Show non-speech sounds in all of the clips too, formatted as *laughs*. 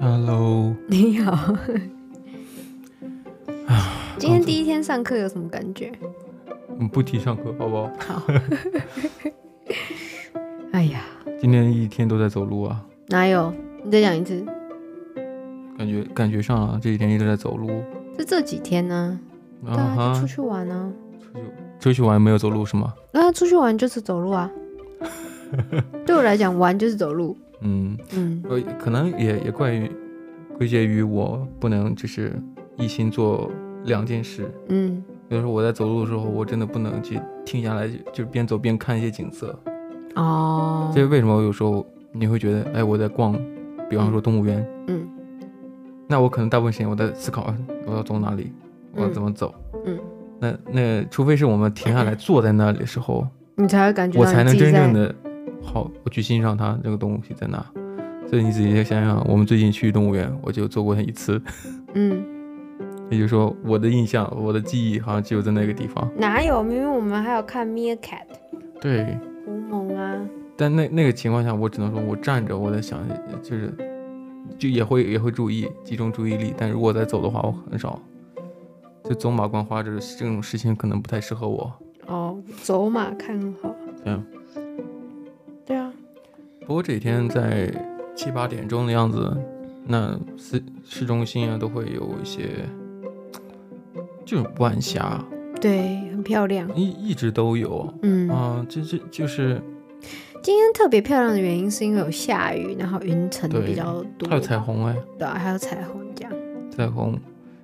Hello，你好。今天第一天上课有什么感觉？我嗯们不提上课好不好？哎呀，今天一天都在走路啊，哪有？你再讲一次。感觉感觉上啊，这几天一直在走路。是这几天呢、啊对啊，就哈出，去玩啊。出去玩没有走路是吗？那、出去玩就是走路 *laughs* 啊。对我来讲，玩就是走路。嗯，嗯，呃，可能也也怪于归结于我不能就是一心做两件事。嗯，有的时候我在走路的时候，我真的不能去停下来，就就边走边看一些景色。哦，这是为什么？有时候你会觉得，哎，我在逛，比方说动物园，嗯，那我可能大部分时间我在思考，哎我要走哪里，我要嗯怎么走，嗯，那那除非是我们停下来坐在那里的时候，你才会感觉我到才你能自己真正在。的好，我去欣赏它这个东西在哪。所以你仔细想想，我们最近去动物园，我就做过一次，嗯，也就是说，我的印象、我的记忆好像只有在那个地方。哪有？明明我们还有看 Meerkat 对，狐獴啊。但那那个情况下，我只能说我站着，我在想，就是就也会也会注意集中注意力，但如果在走的话，我很少。就走马观花这这种事情可能不太适合我。哦，走马看花。对啊。对啊，不过这几天在七八点钟的样子，那市市中心啊都会有一些，就是晚霞，对，很漂亮。一一直都有。嗯，啊、这这就是今天特别漂亮的原因是因为有下雨，然后云层对比较多，还有彩虹哎，对啊，还有彩虹这样。彩虹。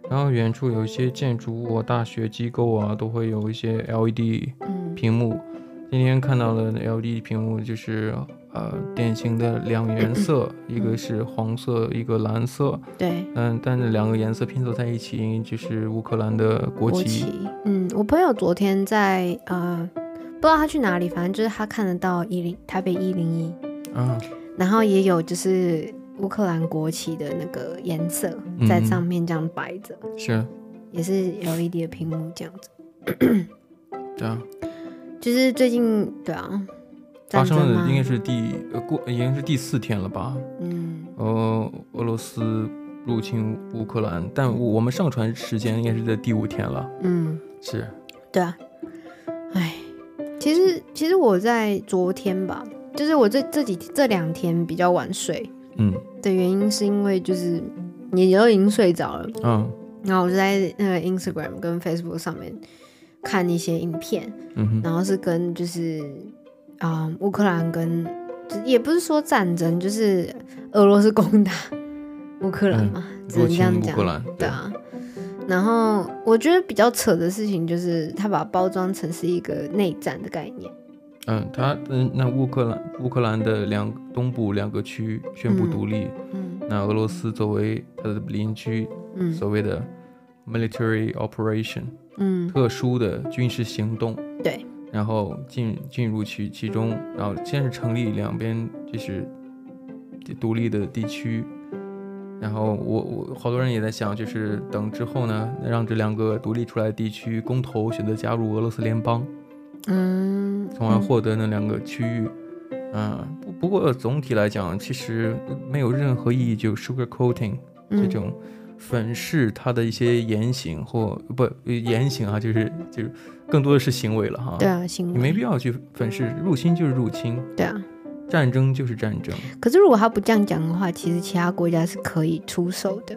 然后远处有一些建筑物、啊、大学机构啊，都会有一些 E LED 嗯屏幕。今天看到了 LED 屏幕，就是呃典型的两个颜色，嗯一个是黄色，一个蓝色。，对，嗯，但是两个颜色拼凑在一起，就是乌克兰的国旗。旗。嗯，我朋友昨天在呃，不知道他去哪里，反正就是他看得到一零台北一零一，啊，然后也有就是乌克兰国旗的那个颜色嗯在上面这样摆着，是也是 LED 的屏幕这样子。对啊，就是最近对啊，发战生争了吗应？该是第呃过应该是第四天了吧？嗯，呃，俄罗斯入侵乌克兰，但我我们上传时间应该是在第五天了。嗯，是，对啊，哎，其实其实我在昨天吧，就是我这这几这两天比较晚睡嗯的原因，是因为就是你都已经睡着了，嗯然后我就在那个 Instagram 跟 Facebook 上面看一些影片，嗯哼然后是跟就是啊、乌克兰跟就也不是说战争，就是俄罗斯攻打乌克兰嘛，只入能这侵样乌讲克。兰，对啊。然后我觉得比较扯的事情就是，他把它包装成是一个内战的概念。嗯，他嗯，那乌克兰乌克兰的两东部两个区宣布嗯独立，嗯那俄罗斯作为它的邻居，嗯所谓的 military operation 嗯，特殊的军事行动，对，然后进进入其其中，然后先是成立两边就是独立的地区，然后我我好多人也在想，就是等之后呢，让这两个独立出来的地区公投选择加入俄罗斯联邦，嗯，从而获得那两个区域。嗯，不不过总体来讲，其实没有任何意义，就 sugar coating 嗯这种粉饰他的一些言行或不呃言行啊，就是就是更多的是行为了哈。对啊，行你为没必要去粉饰，入侵就是入侵，对啊。战争就是战争。可是如果他不这样讲的话，其实其他国家是可以出手的，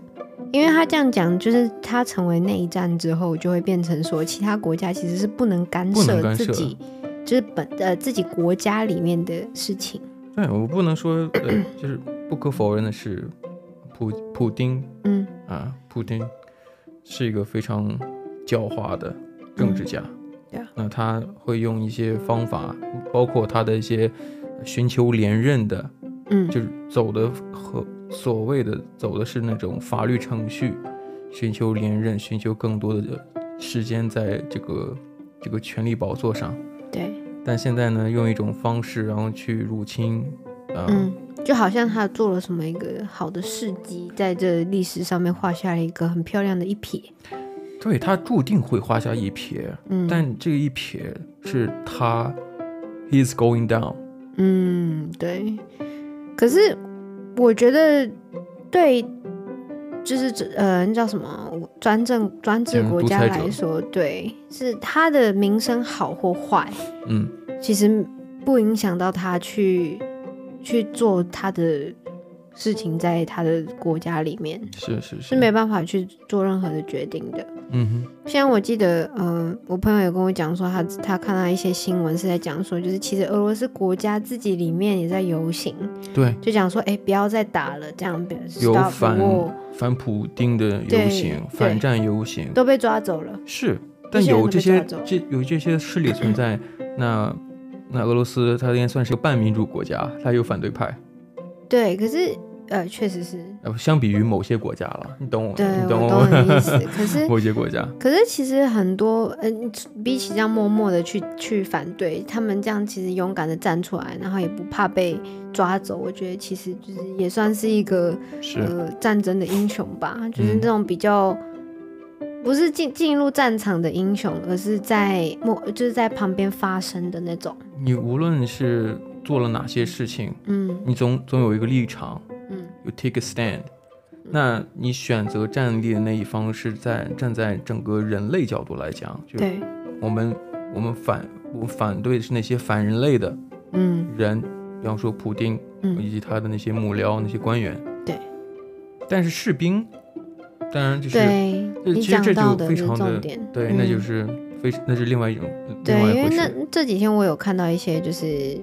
因为他这样讲，就是他成为内战之后，就会变成说其他国家其实是不能干不能涉干涉自己，就是本呃自己国家里面的事情。对我不能说，呃就是不可否认的是，普普丁嗯啊，普丁是一个非常狡猾的政治家。对啊那他会用一些方法，包括他的一些寻求连任的，嗯，就是走的和所谓的走的是那种法律程序，寻求连任，寻求更多的时间在这个这个权力宝座上。对，但现在呢，用一种方式，然后去入侵，啊、嗯，就好像他做了什么一个好的事迹，在这历史上面画下了一个很漂亮的一撇。对他注定会画下一撇，嗯，但这一撇是他 is going down。嗯，对。可是我觉得对，就是这呃，那叫什么专政专制嗯国独家裁者来说，对，是他的名声好或坏，嗯，其实不影响到他去去做他的事情，在他的国家里面是是是，是没办法去做任何的决定的。嗯哼，像我记得，呃，我朋友也跟我讲说他，他看到一些新闻是在讲说，就是其实俄罗斯国家自己里面也在游行，对，就讲说，哎、不要再打了，这样有 stop 反 war 反普丁的游对行，对反战游行都被抓走了。是，这但些人有都这被些抓走这有这些势力存在，那那俄罗斯它应该算是个半民主国家，它有反对派，对，可是呃，确实是，呃，相比于某些国家了，你懂我，对你我懂懂你的 *laughs* 意思。可是某些国家，可是其实很多，嗯、比起这样默默的去去反对，他们这样其实勇敢的站出来，然后也不怕被抓走，我觉得其实就是也算是一个是呃战争的英雄吧，就是嗯这种比较。不是进进入战场的英雄，而是在默就是在旁边发声的那种。你无论是做了哪些事情，嗯你总总有一个立场，嗯， you take a stand。那你选择站立的那一方是在站在整个人类角度来讲，就是对，我们我们反我们反对是那些反人类的嗯人，比方说普丁嗯以及他的那些幕僚、那些官员。对。但是士兵，当然就是对，这你其实讲这到就的非是常的重点。对，嗯那就是非那是另外一种对另外，一因回为事。那这几天我有看到一些就是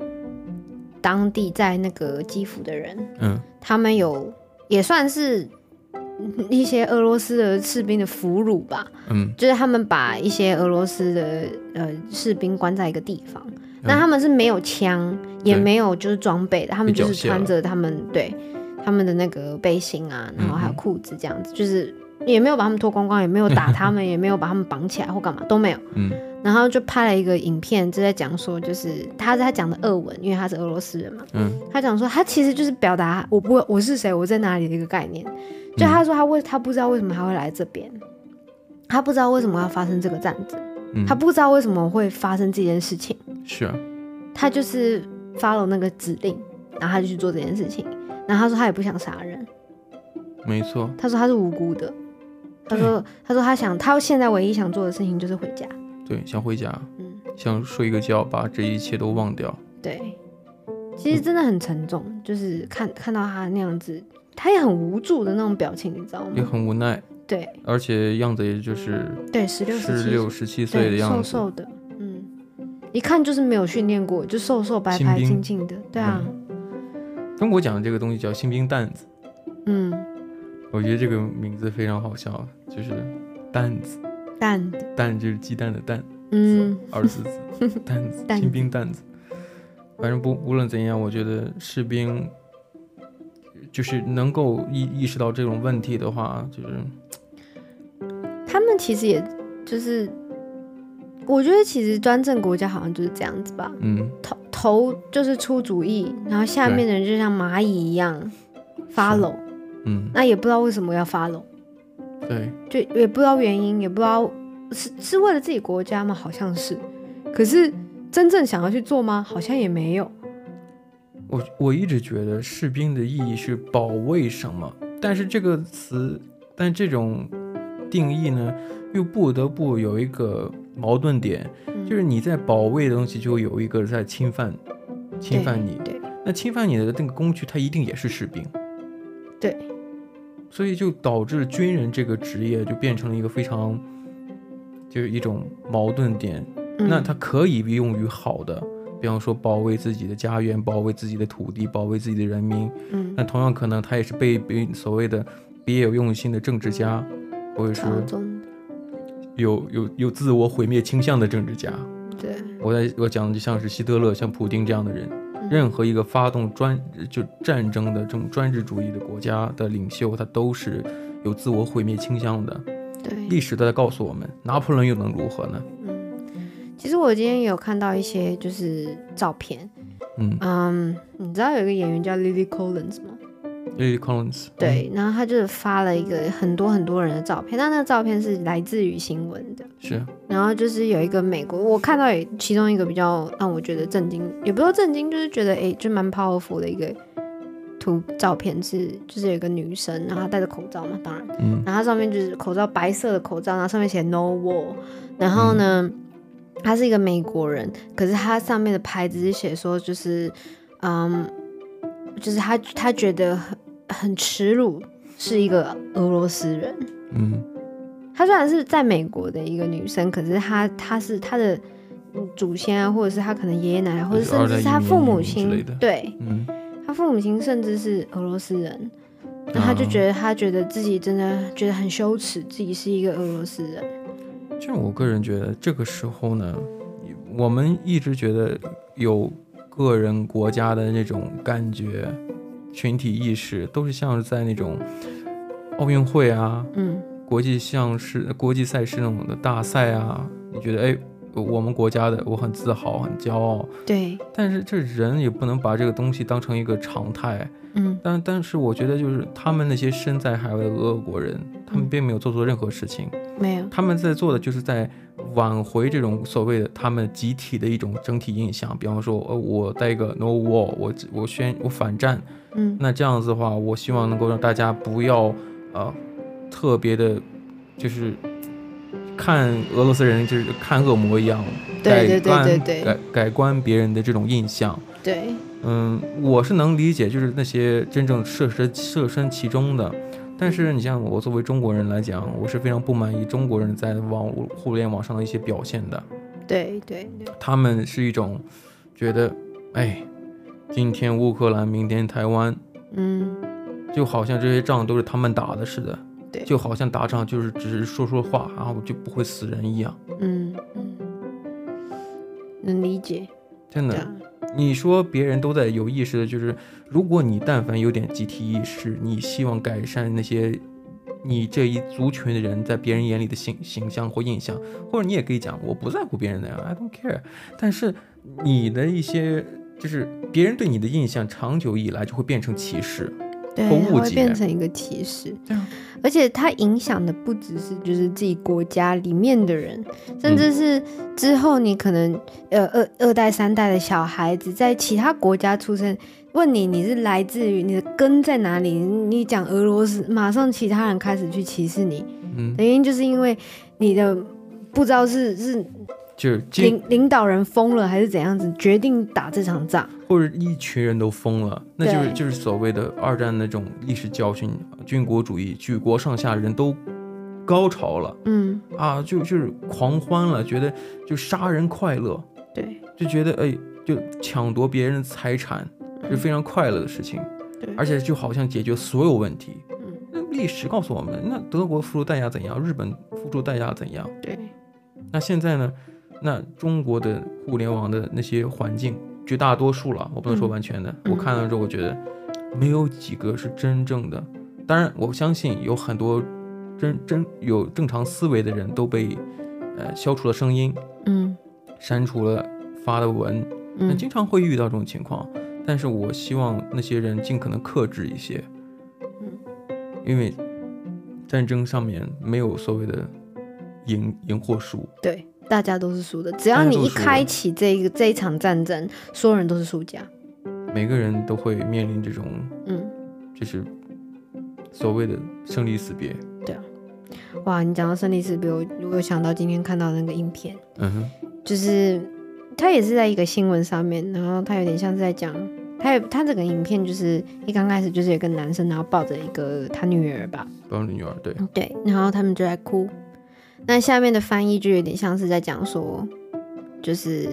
当地在那个基辅的人，嗯，他们有也算是嗯一些俄罗斯的士兵的俘虏吧，嗯，就是他们把一些俄罗斯的呃士兵关在一个地方。那他们是没有枪，也对没有就是装备的，他们被缴就是械了穿着他们对他们的那个背心啊，然后还有嗯嗯裤子这样子，就是也没有把他们脱光光，也没有打他们，也没有把他们绑起来或干嘛都没有。嗯，然后就拍了一个影片，就在讲说，就是他在讲的俄文，因为他是俄罗斯人嘛，嗯，他讲说他其实就是表达我不我是谁，我在哪里的一个概念。就他说他为他不知道为什么他会来这边，他不知道为什么要发生这个战争，嗯他不知道为什么会发生这件事情。是啊他就是 follow 那个指令，然后他就去做这件事情。然后他说他也不想杀人，没错，他说他是无辜的。他说他说他想他现在唯一想做的事情就是回家。对，想回家，嗯，想睡一个觉，把这一切都忘掉。对，其实真的很沉重，就是看看到他那样子，他也很无助的那种表情，你知道也吗？很无奈，对而且样子也就是对，十六十十六、七十七岁的对，样瘦子，瘦的，嗯，一看就是没有训练过，就瘦瘦白新白兵净净的，对啊，嗯中国讲的这个东西叫新兵蛋子，嗯，我觉得这个名字非常好笑，就是蛋子，淡的，蛋就是鸡蛋的蛋，嗯，二字子， *laughs* 蛋子，蛋子新兵蛋子。反正不无论怎样，我觉得士兵就是能够意意识到这种问题的话，就是他们其实也就是，我觉得其实专政国家好像就是这样子吧，嗯，头头就是出主意，然后下对面的人就像蚂蚁一样 follow，嗯，那也不知道为什么要 follow。对，就也不知道原因，也不知道是是为了自己国家吗？好像是，可是真正想要去做吗？好像也没有。我我一直觉得士兵的意义是保卫什么，但是这个词，但这种定义呢，又不得不有一个矛盾点，嗯就是你在保卫的东西，就有一个在侵犯，侵犯你。对对那侵犯你的那个工具，它一定也是士兵。对。所以就导致军人这个职业就变成了一个非常，就是一种矛盾点。嗯那它可以用于好的，比方说保卫自己的家园，保卫自己的土地，保卫自己的人民。嗯那同样可能他也是被被所谓的别有用心的政治家，或者操说纵有有有自我毁灭倾向的政治家。对我在我讲的就像是希特勒、像普丁这样的人，嗯任何一个发动专就战争的这种专制主义的国家的领袖，他都是有自我毁灭倾向的。对，历史都在告诉我们，拿破仑又能如何呢？嗯。其实我今天也有看到一些就是照片，嗯，啊嗯，你知道有一个演员叫 Lily Collins 吗？ Lily Collins，嗯对，然后他就是发了一个很多很多人的照片，那那个照片是来自于新闻的。是然后就是有一个美国，我看到有其中一个比较让我觉得震惊，也不是说震惊，就是觉得诶，就蛮 powerful 的一个图照片是，就是有一个女生，然后她戴着口罩嘛，当然，嗯然后它上面就是口罩白色的口罩，然后上面写 No War，然后呢，他是一个美国人，可是他上面的牌子是写说就是，嗯，就是他他觉得很很耻辱，是一个俄罗斯人。嗯她虽然是在美国的一个女生，可是她她是她的嗯祖先啊，或者是她可能爷爷奶奶，或者就是二甚代至是她移民父母之类亲的，对嗯，她父母亲甚至是俄罗斯人，那她就觉得她觉得自己真的觉得很羞耻，自己是一个俄罗斯人，就是我个人觉得这个时候呢，我们一直觉得有个人国家的那种感觉、群体意识，都是像是在那种奥运会啊、嗯，国际像是国际赛事那种的大赛啊，你觉得哎，我们国家的我很自豪、很骄傲，对，但是这人也不能把这个东西当成一个常态。嗯但但是我觉得就是他们那些身在海外的俄国人，他们并没有做错任何事情。没有，他们在做的就是在挽回这种所谓的他们集体的一种整体印象。比方说，呃，我带一个 no war，我我宣我反战。嗯那这样子的话，我希望能够让大家不要呃特别的，就是看俄罗斯人就是看恶魔一样，对改对对观对对改改观别人的这种印象。对，嗯，我是能理解，就是那些真正设身设身其中的。但是你像我作为中国人来讲，我是非常不满意中国人在网络互联网上的一些表现的。对对对，他们是一种觉得，哎，今天乌克兰，明天台湾，嗯就好像这些仗都是他们打的似的，对就好像打仗就是只是说说话，然后就不会死人一样。嗯嗯，能理解，真对的，啊，你说别人都在有意识的，就是如果你但凡有点集体意识，你希望改善那些你这一族群的人在别人眼里的形形象或印象，或者你也可以讲我不在乎别人那样，I don't care。但是你的一些就是别人对你的印象，长久以来就会变成歧视。对，和误它会解变成一个歧视。对啊，而且它影响的不只是就是自己国家里面的人，甚至是之后你可能呃二二代三代的小孩子在其他国家出生，问你你是来自于你的根在哪里，你讲俄罗斯，马上其他人开始去歧视你，嗯，原因就是因为你的不知道是是就是这领领导人疯了还是怎样子，决定打这场仗。或者一群人都疯了，那就是对就是所谓的二战那种历史教训，军国主义，举国上下人都高潮了。嗯，啊，就就是狂欢了，觉得就杀人快乐，对就觉得哎，就抢夺别人的财产是非常快乐的事情，对，而且就好像解决所有问题。嗯那历史告诉我们，那德国付出代价怎样，日本付出代价怎样。对那现在呢？那中国的互联网的那些环境，绝大多数了，我不能说嗯完全的。嗯我看了之后，我觉得没有几个是真正的。当然，我相信有很多真真有正常思维的人都被呃消除了声音，嗯删除了发的文，那嗯经常会遇到这种情况。但是我希望那些人尽可能克制一些，嗯，因为战争上面没有所谓的赢赢或输，对，大家都是输的。只要大家你都一输了开启这一个这一场战争，所有人都是输家。每个人都会面临这种嗯，就是所谓的生离死别。哇，你讲到生离死别，我我有想到今天看到那个影片，嗯哼，就是他也是在一个新闻上面，然后他有点像是在讲，他也他这个影片就是一刚开始就是有一个男生，然后抱着一个他女儿吧，帮着女儿，对，对，然后他们就在哭。那下面的翻译就有点像是在讲说，就是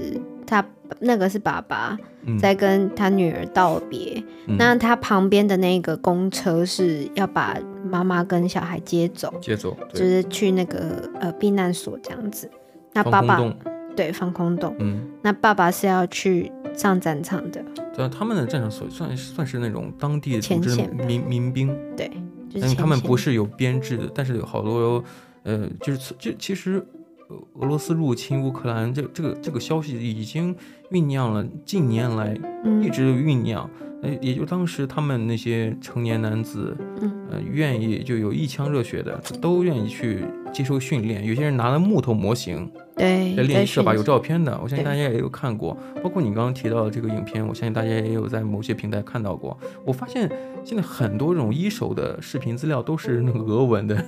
他那个是爸爸嗯，在跟他女儿道别，嗯那他旁边的那个公车是要把妈妈跟小孩接走，接走，就对，是去那个呃避难所这样子。那防爸空爸洞，对防空洞，嗯，那爸爸是要去上战场的，对啊，他们的战场所算是算是那种当地组嗯前织的线吧民民兵，对，就是但是前他们线不是有编制的，但是有好多，呃，就是就其实呃俄罗斯入侵乌克兰这这个这个消息已经酝酿了近年来一嗯直酝酿，呃，也就当时他们那些成年男子，嗯呃，愿意就有一腔热血的，都愿意去接受训练。有些人拿了木头模型对，在练在习射靶，训有照片的，我相信对大家也有看过。包括你刚刚提到的这个影片，我相信大家也有在某些平台看到过。我发现现在很多这种一手的视频资料都是那个俄文的，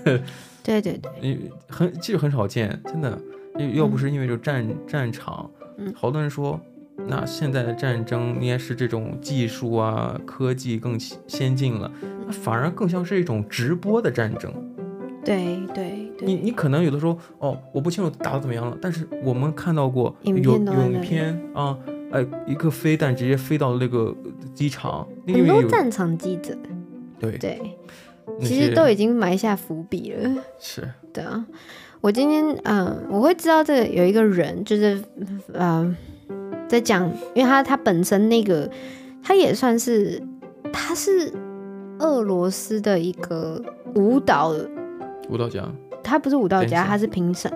对对对，你很其实很少见，真的。要要不是因为就战战场，嗯好多人说，那现在的战争应该是这种技术啊、科技更先先进了，嗯那反而更像是一种直播的战争。对对对，你你可能有的时候哦，我不清楚打的怎么样了，但是我们看到过有影片有都在那里影片啊，哎，一个飞弹直接飞到那个机场，那个很因为多有战场记者，对，对，那其实些都已经埋下伏笔了。是对啊，我今天嗯，我会知道这个有一个人，就是嗯，在讲，因为他他本身那个，他也算是他是俄罗斯的一个舞蹈，舞蹈奖他不是舞蹈评家，审他是评审，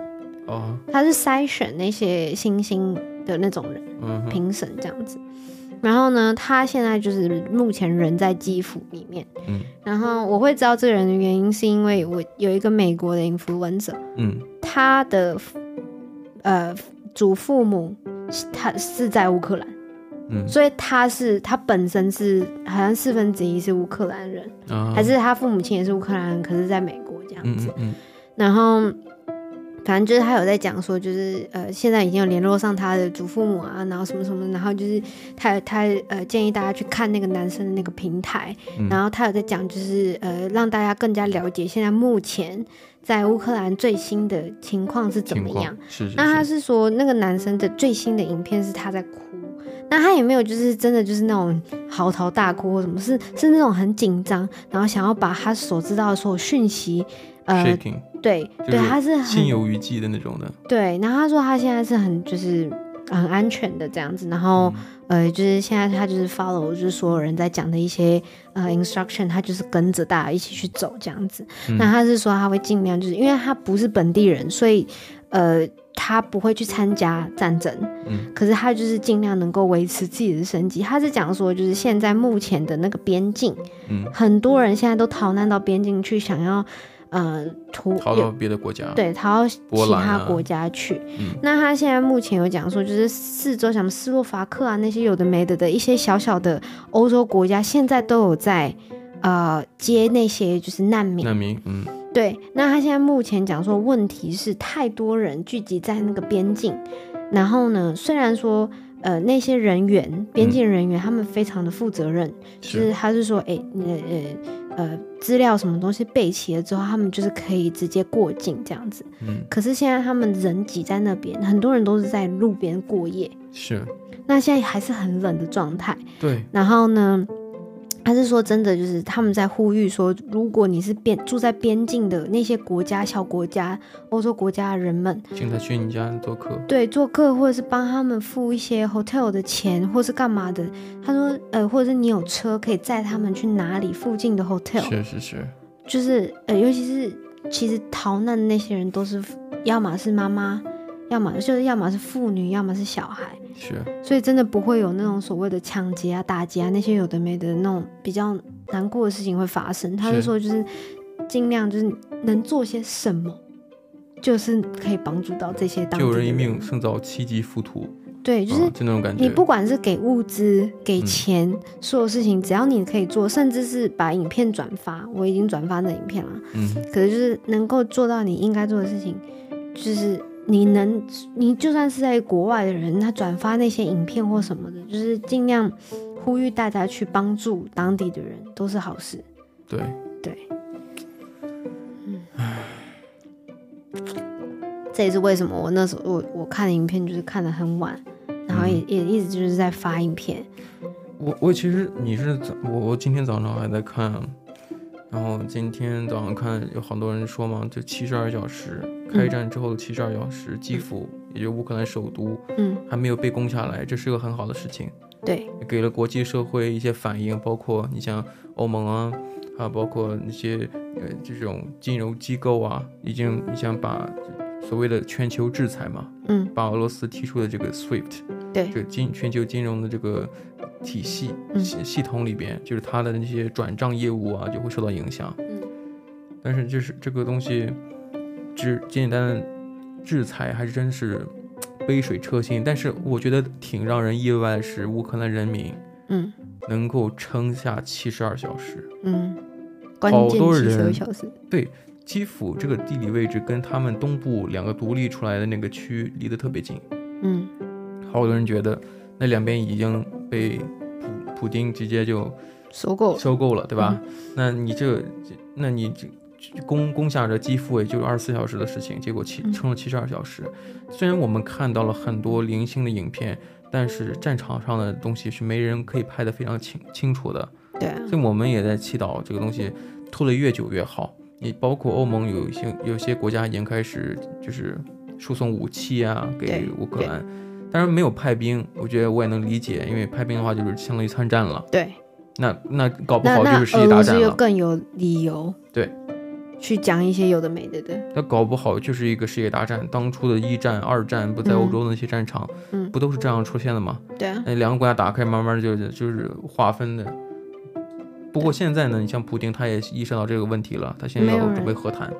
哦，他是筛选那些新星的那种人。嗯哼，评审这样子。然后呢，他现在就是目前人在基辅里面。嗯然后我会知道这个人的原因，是因为我有一个美国的 influencer，嗯他的呃祖父母是他是在乌克兰，嗯，所以他是他本身是好像四分之一是乌克兰人，啊还是他父母亲也是乌克兰人，可是在美国这样嗯子。嗯嗯然后反正就是他有在讲说，就是呃，现在已经有联络上他的祖父母啊，然后什么什么，然后就是他他呃建议大家去看那个男生的那个平台，嗯然后他有在讲就是呃让大家更加了解现在目前在乌克兰最新的情况是怎情么况样。是是那他是是说那个男生的最新的影片是他在哭。那他也没有，就是真的就是那种嚎啕大哭或什么，是是那种很紧张，然后想要把他所知道的所有讯息，呃， shaking 对就对，是他是心很有余悸的那种的，对。然后他说他现在是很就是很安全的这样子，然后、嗯呃，就是现在他就是 follow 就是所有人在讲的一些呃 instruction，他就是跟着大家一起去走这样子。嗯那他是说他会尽量就是因为他不是本地人，所以呃。他不会去参加战争，嗯可是他就是尽量能够维持自己的生计。他是讲说，就是现在目前的那个边境，嗯，很多人现在都逃难到边境去，想要呃图逃有到别的国家，，对，逃到其啊波兰他啊国家去。嗯那他现在目前有讲说，就是四周像斯洛伐克啊那些有的没的的一些小小的欧洲国家，现在都有在呃接那些就是难民。难民，嗯对，那他现在目前讲说，问题是太多人聚集在那个边境，然后呢，虽然说。呃，那些人员，边境人员，他们非常的负责任，就是是他是说，哎、你的呃呃资料什么东西备齐了之后，他们就是可以直接过境这样子。嗯可是现在他们人挤在那边，很多人都是在路边过夜。是，那现在还是很冷的状态。对，然后呢，他是说真的，就是他们在呼吁说，如果你是边住在边境的那些国家、小国家、欧洲国家的人们，请他去你家做客，对做客或者是帮他们付一些 hotel 的钱，或是干嘛的，他说，呃，或者是你有车可以载他们去哪里附近的 hotel，是是是，就是呃，尤其是其实逃难的那些人都是，要么是妈妈，要么就是要么是妇女，要么是小孩，是，所以真的不会有那种所谓的抢劫啊、打劫啊那些有的没的那种比较难过的事情会发生。他是就说就是尽量就是能做些什么，就是可以帮助到这些当地救的人一人命胜造七级浮屠，对，就是啊就那种感觉，你不管是给物资、给嗯钱，所有事情只要你可以做，甚至是把影片转发，我已经转发那影片了。嗯可是就是能够做到你应该做的事情，就是你能，你就算是在国外的人，他转发那些影片或什么的，就是尽量呼吁大家去帮助当地的人，都是好事。对对，嗯，这也是为什么我那时候我我看的影片就是看的很晚，然后也、嗯也一直就是在发影片。我我其实你是早我我今天早上还在看，然后今天早上看有好多人说嘛，就七十二小时开嗯战之后的七十二小时，基辅也就是乌克兰首都嗯，还没有被攻下来，这是个很好的事情。对，给了国际社会一些反应，包括你像欧盟啊，啊，包括那些呃这种金融机构啊，已经你想把所谓的全球制裁嘛，嗯把俄罗斯踢出的这个 SWIFT，对这个金全球金融的这个体系嗯系系统里边，就是它的那些转账业务啊，就会受到影响。嗯，但是就是这个东西，只简简单单制裁还真是杯水车薪。但是我觉得挺让人意外的是，乌克兰人民嗯能够撑下七十二小时。嗯，关好键多七十二人小时，基辅这个地理位置跟他们东部两个独立出来的那个区离得特别近，嗯好多人觉得那两边已经被普普丁直接就收购了，收购了，对吧？那你这，那你这攻攻下这基辅也就二十四小时的事情，结果七嗯撑了七十二小时。虽然我们看到了很多零星的影片，但是战场上的东西是没人可以拍得非常清清楚的。对啊，所以我们也在祈祷这个东西拖得越久越好。你包括欧盟有一些有些国家已经开始就是输送武器啊给对乌克对兰，当然没有派兵，我觉得我也能理解，因为派兵的话就是相当于参战了。对，那那搞不那好就那是呃世俄界大罗战斯又了，更有理由对去讲一些有的没的的，那搞不好就是一个世界大战。当初的一战、二战不在欧嗯洲的那些战场，嗯不都是这样出现的吗？对 *laughs* 啊，那两个国家打开，慢慢就就是划分的。不过现在呢，你像普京他也意识到这个问题了，他现在没要有人准备和谈。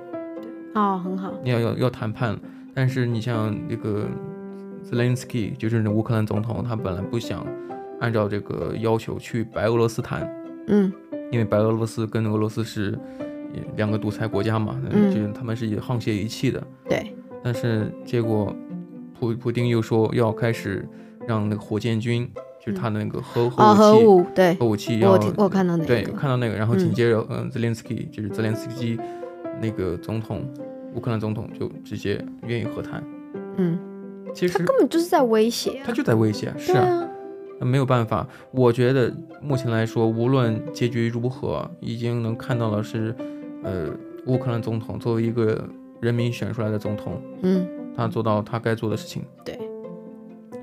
哦，很好，要要要谈判，但是你像那个 Zelensky，就是乌克兰总统，他本来不想按照这个要求去白俄罗斯谈，嗯因为白俄罗斯跟俄罗斯是呃两个独裁国家嘛，嗯就是他们是沆瀣一气的。对，但是结果普普丁又说要开始让那个火箭军，就是他那个核哦，核武器。武，对核武器我要有听我有看到那对，个，看到那个，然后嗯紧接着，嗯，Zelensky 就是泽连斯基那个总统，乌克兰总统就直接愿意和谈。嗯，其他实根本就是在威胁啊他，就在威胁，是对啊，啊，那没有办法。我觉得目前来说，无论结局如何，已经能看到了是，呃，乌克兰总统作为一个人民选出来的总统，嗯，他做到他该做的事情。对，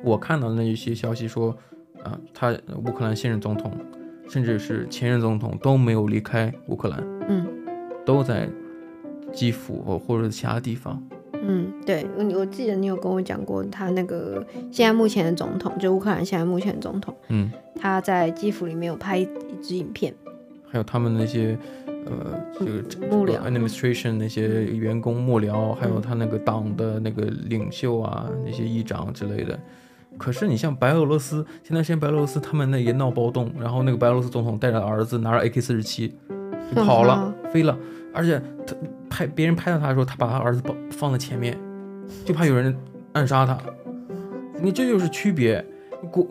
我看到的那一些消息说，啊、他乌克兰现任总统，甚至是前任总统都没有离开乌克兰。嗯都在基辅或或者其他地方。嗯，对，我我记得你有跟我讲过，他那个现在目前的总统，就乌克兰现在目前的总统，嗯，他在基辅里面有拍一一支影片，嗯还有他们那些呃，这个这幕个哎僚嗯 administration 那些员工幕僚，还有他那个党的那个领袖啊，那些议长之类的。可是你像白俄罗斯，前段时间白俄罗斯他们那也闹暴动，然后那个白俄罗斯总统带着儿子拿着 AK 四十七就跑了，飞了，而且他拍别人拍到他的时候，他把他儿子放放在前面，就怕有人暗杀他。你这就是区别，国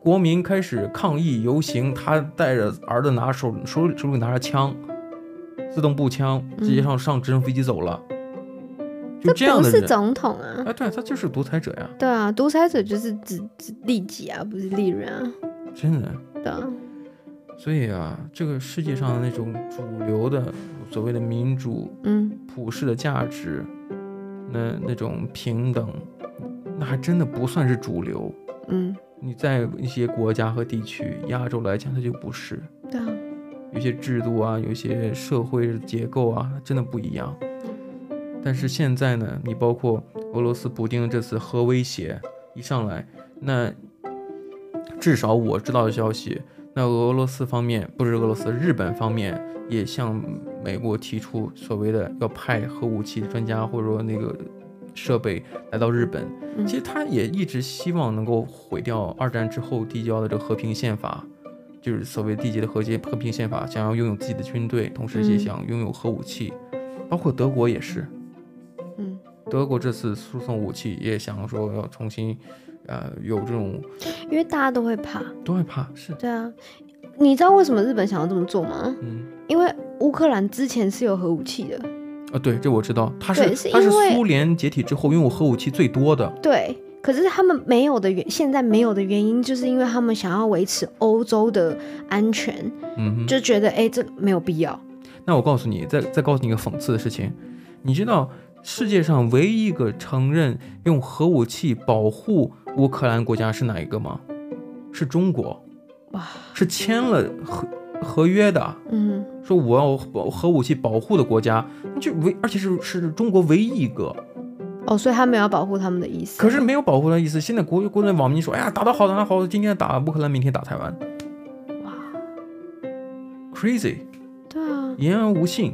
国民开始抗议游行，他带着儿子拿手手手里拿着枪，自动步枪，直接上上直升飞机走了，就这样嗯不的是人。总统啊，啊，对，他就是独裁者呀，对啊，独裁者就是指指利己啊，不是利人啊，真的。对啊，所以啊，这个世界上的那种主流的所谓的民主、嗯，普世的价值，那那种平等，那还真的不算是主流。嗯，你在一些国家和地区，亚洲来讲，它就不是。对啊，有些制度啊，有些社会结构啊，真的不一样。但是现在呢，你包括俄罗斯普丁这次核威胁一上来，那至少我知道的消息，那俄罗斯方面不是俄罗斯，日本方面也向美国提出所谓的要派核武器专家或者说那个设备来到日本。嗯其实他也一直希望能够毁掉二战之后递交的这个和平宪法。就是所谓缔结的和解和平宪法，想要拥有自己的军队，同时也嗯想拥有核武器，包括德国也是。嗯，德国这次输送武器也想说要重新，呃，有这种因为大家都会怕，都害怕是，对啊，你知道为什么日本想要这么做吗？嗯，因为乌克兰之前是有核武器的，啊，对，这我知道，它对是是它是因为苏联解体之后拥有核武器最多的，对。可是他们没有的原，现在没有的原因，就是因为他们想要维持欧洲的安全，嗯哼。就觉得哎、这没有必要。那我告诉你，再再告诉你一个讽刺的事情，你知道世界上唯一一个承认用核武器保护乌克兰国家是哪一个吗？是中国，哇，是签了合合约的。嗯，说我要保核武器保护的国家，就唯而且是是中国唯一一个，哦，所以他没有要保护他们的意思。可是没有保护的意思。现在国国内网民说，哎呀，打得好，打得好，今天打乌克兰，明天打台湾哇， ，crazy，对啊，言而无信。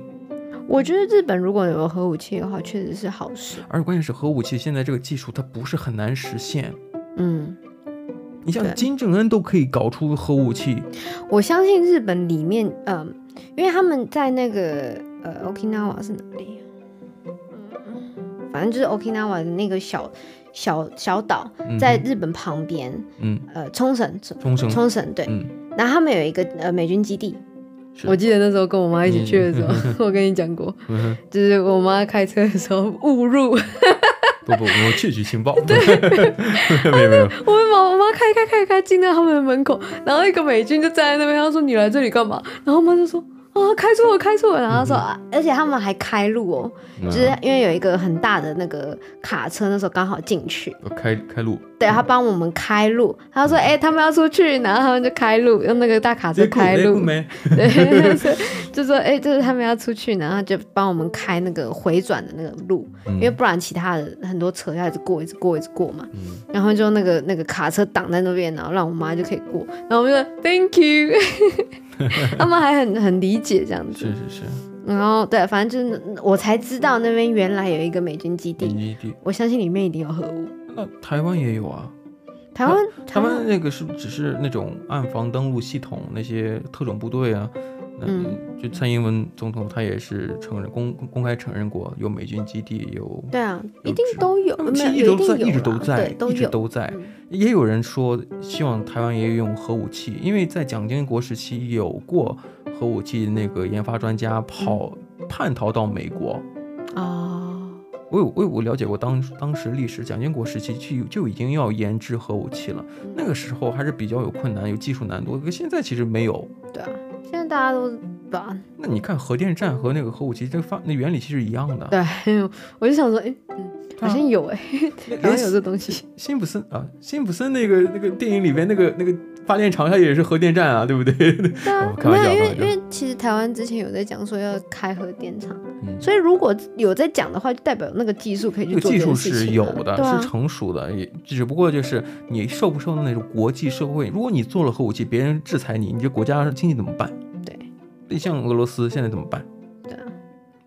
我觉得日本如果有核武器的话，确实是好事。而且关键是核武器现在这个技术它不是很难实现。嗯，你像对金正恩都可以搞出核武器，我相信日本里面，嗯、因为他们在那个呃，Okinawa 是哪里啊？嗯，反正就是 Okinawa 的那个小小小岛，嗯在日本旁边，嗯，呃，冲绳，冲冲绳，冲绳对，嗯，然后他们有一个呃美军基地。是我记得那时候跟我妈一起去的时候， *laughs* 我跟你讲过，嗯就是我妈开车的时候误入，不不，我窃取情报，对，没有没有，我妈我妈开开开开进到他们的门口，然后一个美军就站在那边，他说你来这里干嘛？然后我妈就说啊开错了开错了，然后她说、啊，而且他们还开路哦，就是因为有一个很大的那个卡车，那时候刚好进去，嗯开开路，对他帮我们开路，他说哎、他们要出去，然后他们就开路，用那个大卡车开内裤路，没？ *laughs* 对，所以就说哎、就是他们要出去，然后就帮我们开那个回转的那个路，嗯因为不然其他的很多车要一直过，一直过，一直过嘛。嗯然后就那个那个卡车挡在那边，然后让我妈就可以过，然后我们就 Thank you，*laughs* 他 *laughs* 们还很很理解这样子。是是是，然后对，反正就是我才知道那边原来有一个美军基地，你地，我相信里面一定有核武。那台湾也有啊，台湾台嗯他湾们那个是只是那种暗防登陆系统，那些特种部队啊，那嗯就蔡英文总统他也是承认公公开承认过有美军基地，有对啊，有一定指都有，他们没其有实一直都一定在，一有直啦都在对，都一直有都在嗯。也有人说希望台湾也用核武器，因为在蒋经国时期有过核武器那个研发专家跑嗯叛逃到美国。哦，我有我有我了解过当当时历史，蒋经国时期就就已经要研制核武器了，嗯那个时候还是比较有困难，有技术难度。可现在其实没有。对啊，现在大家都把那你看核电站和那个核武器，这个发那原理其实一样的。对， *laughs* 我就想说，哎，好像有哎，啊 *laughs* 那好连像有这东西。辛普森啊，辛普森那个那个电影里边那个那个发电厂，它也是核电站啊，对 *laughs* 不对？对啊哦，开没玩笑有，因为开玩因笑为其实台湾之前有在讲说要开核电厂，嗯所以如果有在讲的话，就代表那个技术可以这个去做技件术事是情有啊的，对啊是，成熟的，也只不过就是你受不受那种国际社会，如果你做了核武器，别人制裁你，你这国家经济怎么办？对，对，像俄罗斯现在怎么办？对啊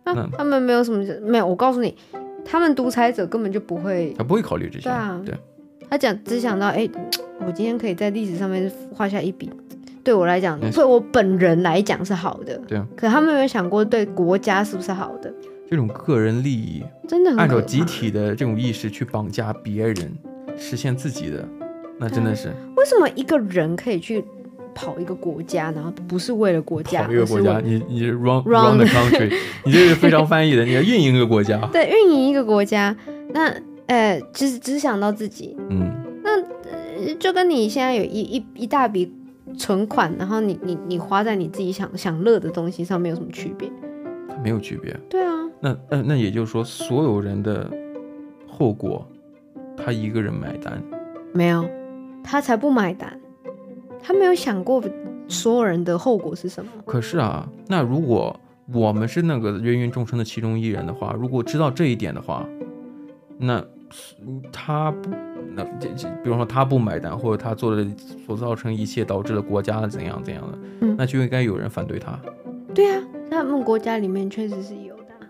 那啊，他们没有什么，没有，我告诉你，他们独裁者根本就不会，他不会考虑这些，对啊对，他讲只想到，哎，我今天可以在历史上面画下一笔。对我来讲嗯，对我本人来讲是好的，对啊可他们有没有想过对国家是不是好的？这种个人利益，真的很按照可怕集体的这种意识去绑架别人，实现自己的，那真的是为什么一个人可以去跑一个国家，然后不是为了国家，跑一个国家，而是为你你是 run Run the *laughs* country，你这是非常翻译的，你要运营一个国家，对运营一个国家？那呃，只只想到自己，嗯，呃就跟你现在有一一一大笔存款，然后你你你花在你自己想享乐的东西上面有什么区别？它没有区别。对啊，那那那也就是说，所有人的后果，他一个人买单。没有，他才不买单，他没有想过所有人的后果是什么。可是啊，那如果我们是那个芸芸众生的其中一人的话，如果知道这一点的话，那嗯他不，那这这，比方说他不买单，或者他做的所造成一切导致了国家怎样怎样的，嗯那就应该有人反对他，对啊，他们国家里面确实是有的啊、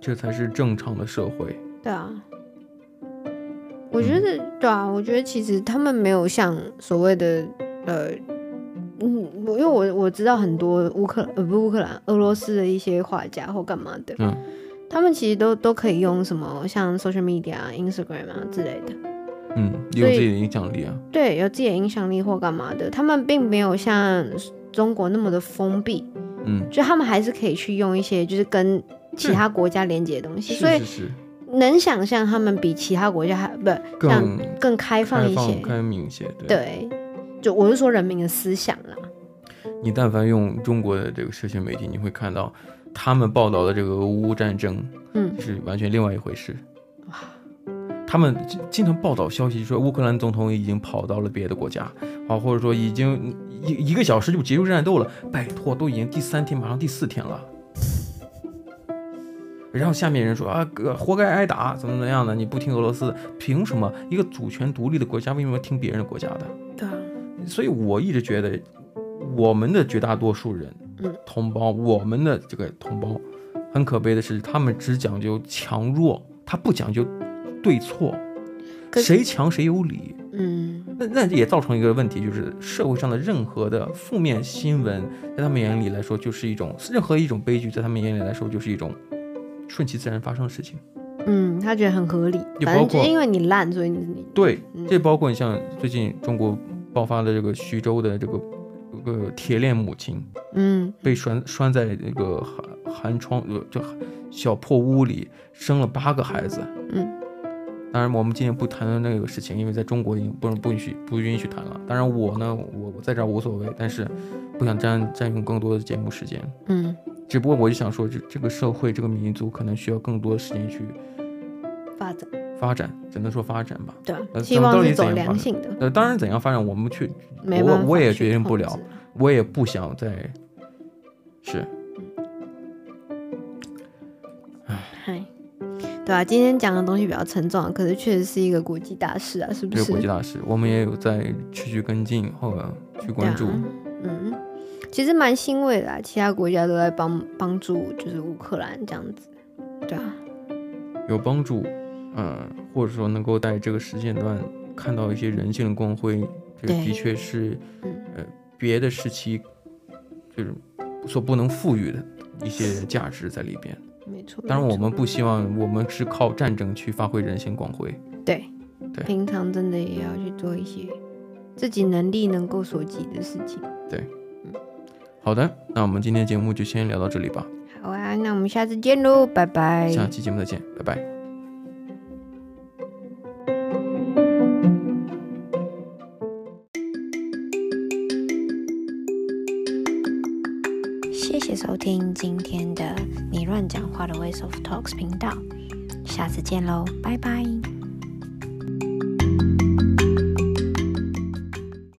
这才是正常的社会。对啊，嗯我觉得、对啊，我觉得其实他们没有像所谓的呃，嗯，我因为我我知道很多乌克呃不是乌克兰俄罗斯的一些画家或干嘛的，嗯，他们其实都都可以用什么像 social media 啊、Instagram 啊之类的，嗯，有自己的影响力啊。对，有自己的影响力或干嘛的，他们并没有像中国那么的封闭，嗯，就他们还是可以去用一些就是跟其他国家连接的东西，是所以是是，能想象他们比其他国家还不像更更开放开一些放、。开明一些。对。对，就我是说人民的思想啦。你但凡用中国的这个社群媒体，你会看到他们报道的这个俄乌战争嗯，是完全另外一回事。他们经经常报道消息说，乌克兰总统已经跑到了别的国家，啊，或者说已经一一个小时就结束战斗了。拜托，都已经第三天，马上第四天了。然后下面人说啊，哥活该挨打，怎么怎么样的？你不听俄罗斯的，凭什么一个主权独立的国家为什么听别人的国家的？对啊，所以我一直觉得，我们的绝大多数人嗯，同胞，我们的这个同胞，很可悲的是，他们只讲究强弱，他不讲究对错，可谁强谁有理。嗯，那那也造成一个问题，就是社会上的任何的负面新闻，在他们眼里来说就是一种任何一种悲剧，在他们眼里来说就是一种顺其自然发生的事情。嗯，他觉得很合理，也反包正就括是因为你烂，所以你对，嗯这包括你像最近中国爆发的这个徐州的这个这个铁链母亲嗯被拴拴在那个寒寒窗呃就小破屋里，生了八个孩子。嗯当然，我们今天不谈论那个事情，因为在中国已经不能不允许不允许谈了。当然，我呢，我我在这儿无所谓，但是不想占占用更多的节目时间。嗯，只不过我就想说，这这个社会这个民族可能需要更多的时间去发展发展，只能说发展吧。对啊，呃希咱们到望底是走怎样发良展性的，呃，当然怎样发展，我们去，没我办法我也去决定不控了制我也不想再是嗨，对啊，今天讲的东西比较沉重啊，可是确实是一个国际大事啊，是不这个是？国际大事，我们也有在持续跟进或者去关注对。啊嗯，其实蛮欣慰的啊，其他国家都在帮帮助，就是乌克兰这样子。对啊，有帮助，呃，或者说能够在这个时间段看到一些人性的光辉，这个对的确是嗯，呃，别的时期就是所不能赋予的一些价值在里边。没错。当然，没我错们不希望我们是靠战争去发挥人性光辉，对对平常真的也要去做一些自己能力能够所及的事情。好的，那我们今天节目就先聊到这里吧，好啊，那我们下次见喽，拜拜。下期节目再见，拜拜。谢谢收听今天的你乱讲话的 Ways of Talks 频道，下次见喽，拜拜。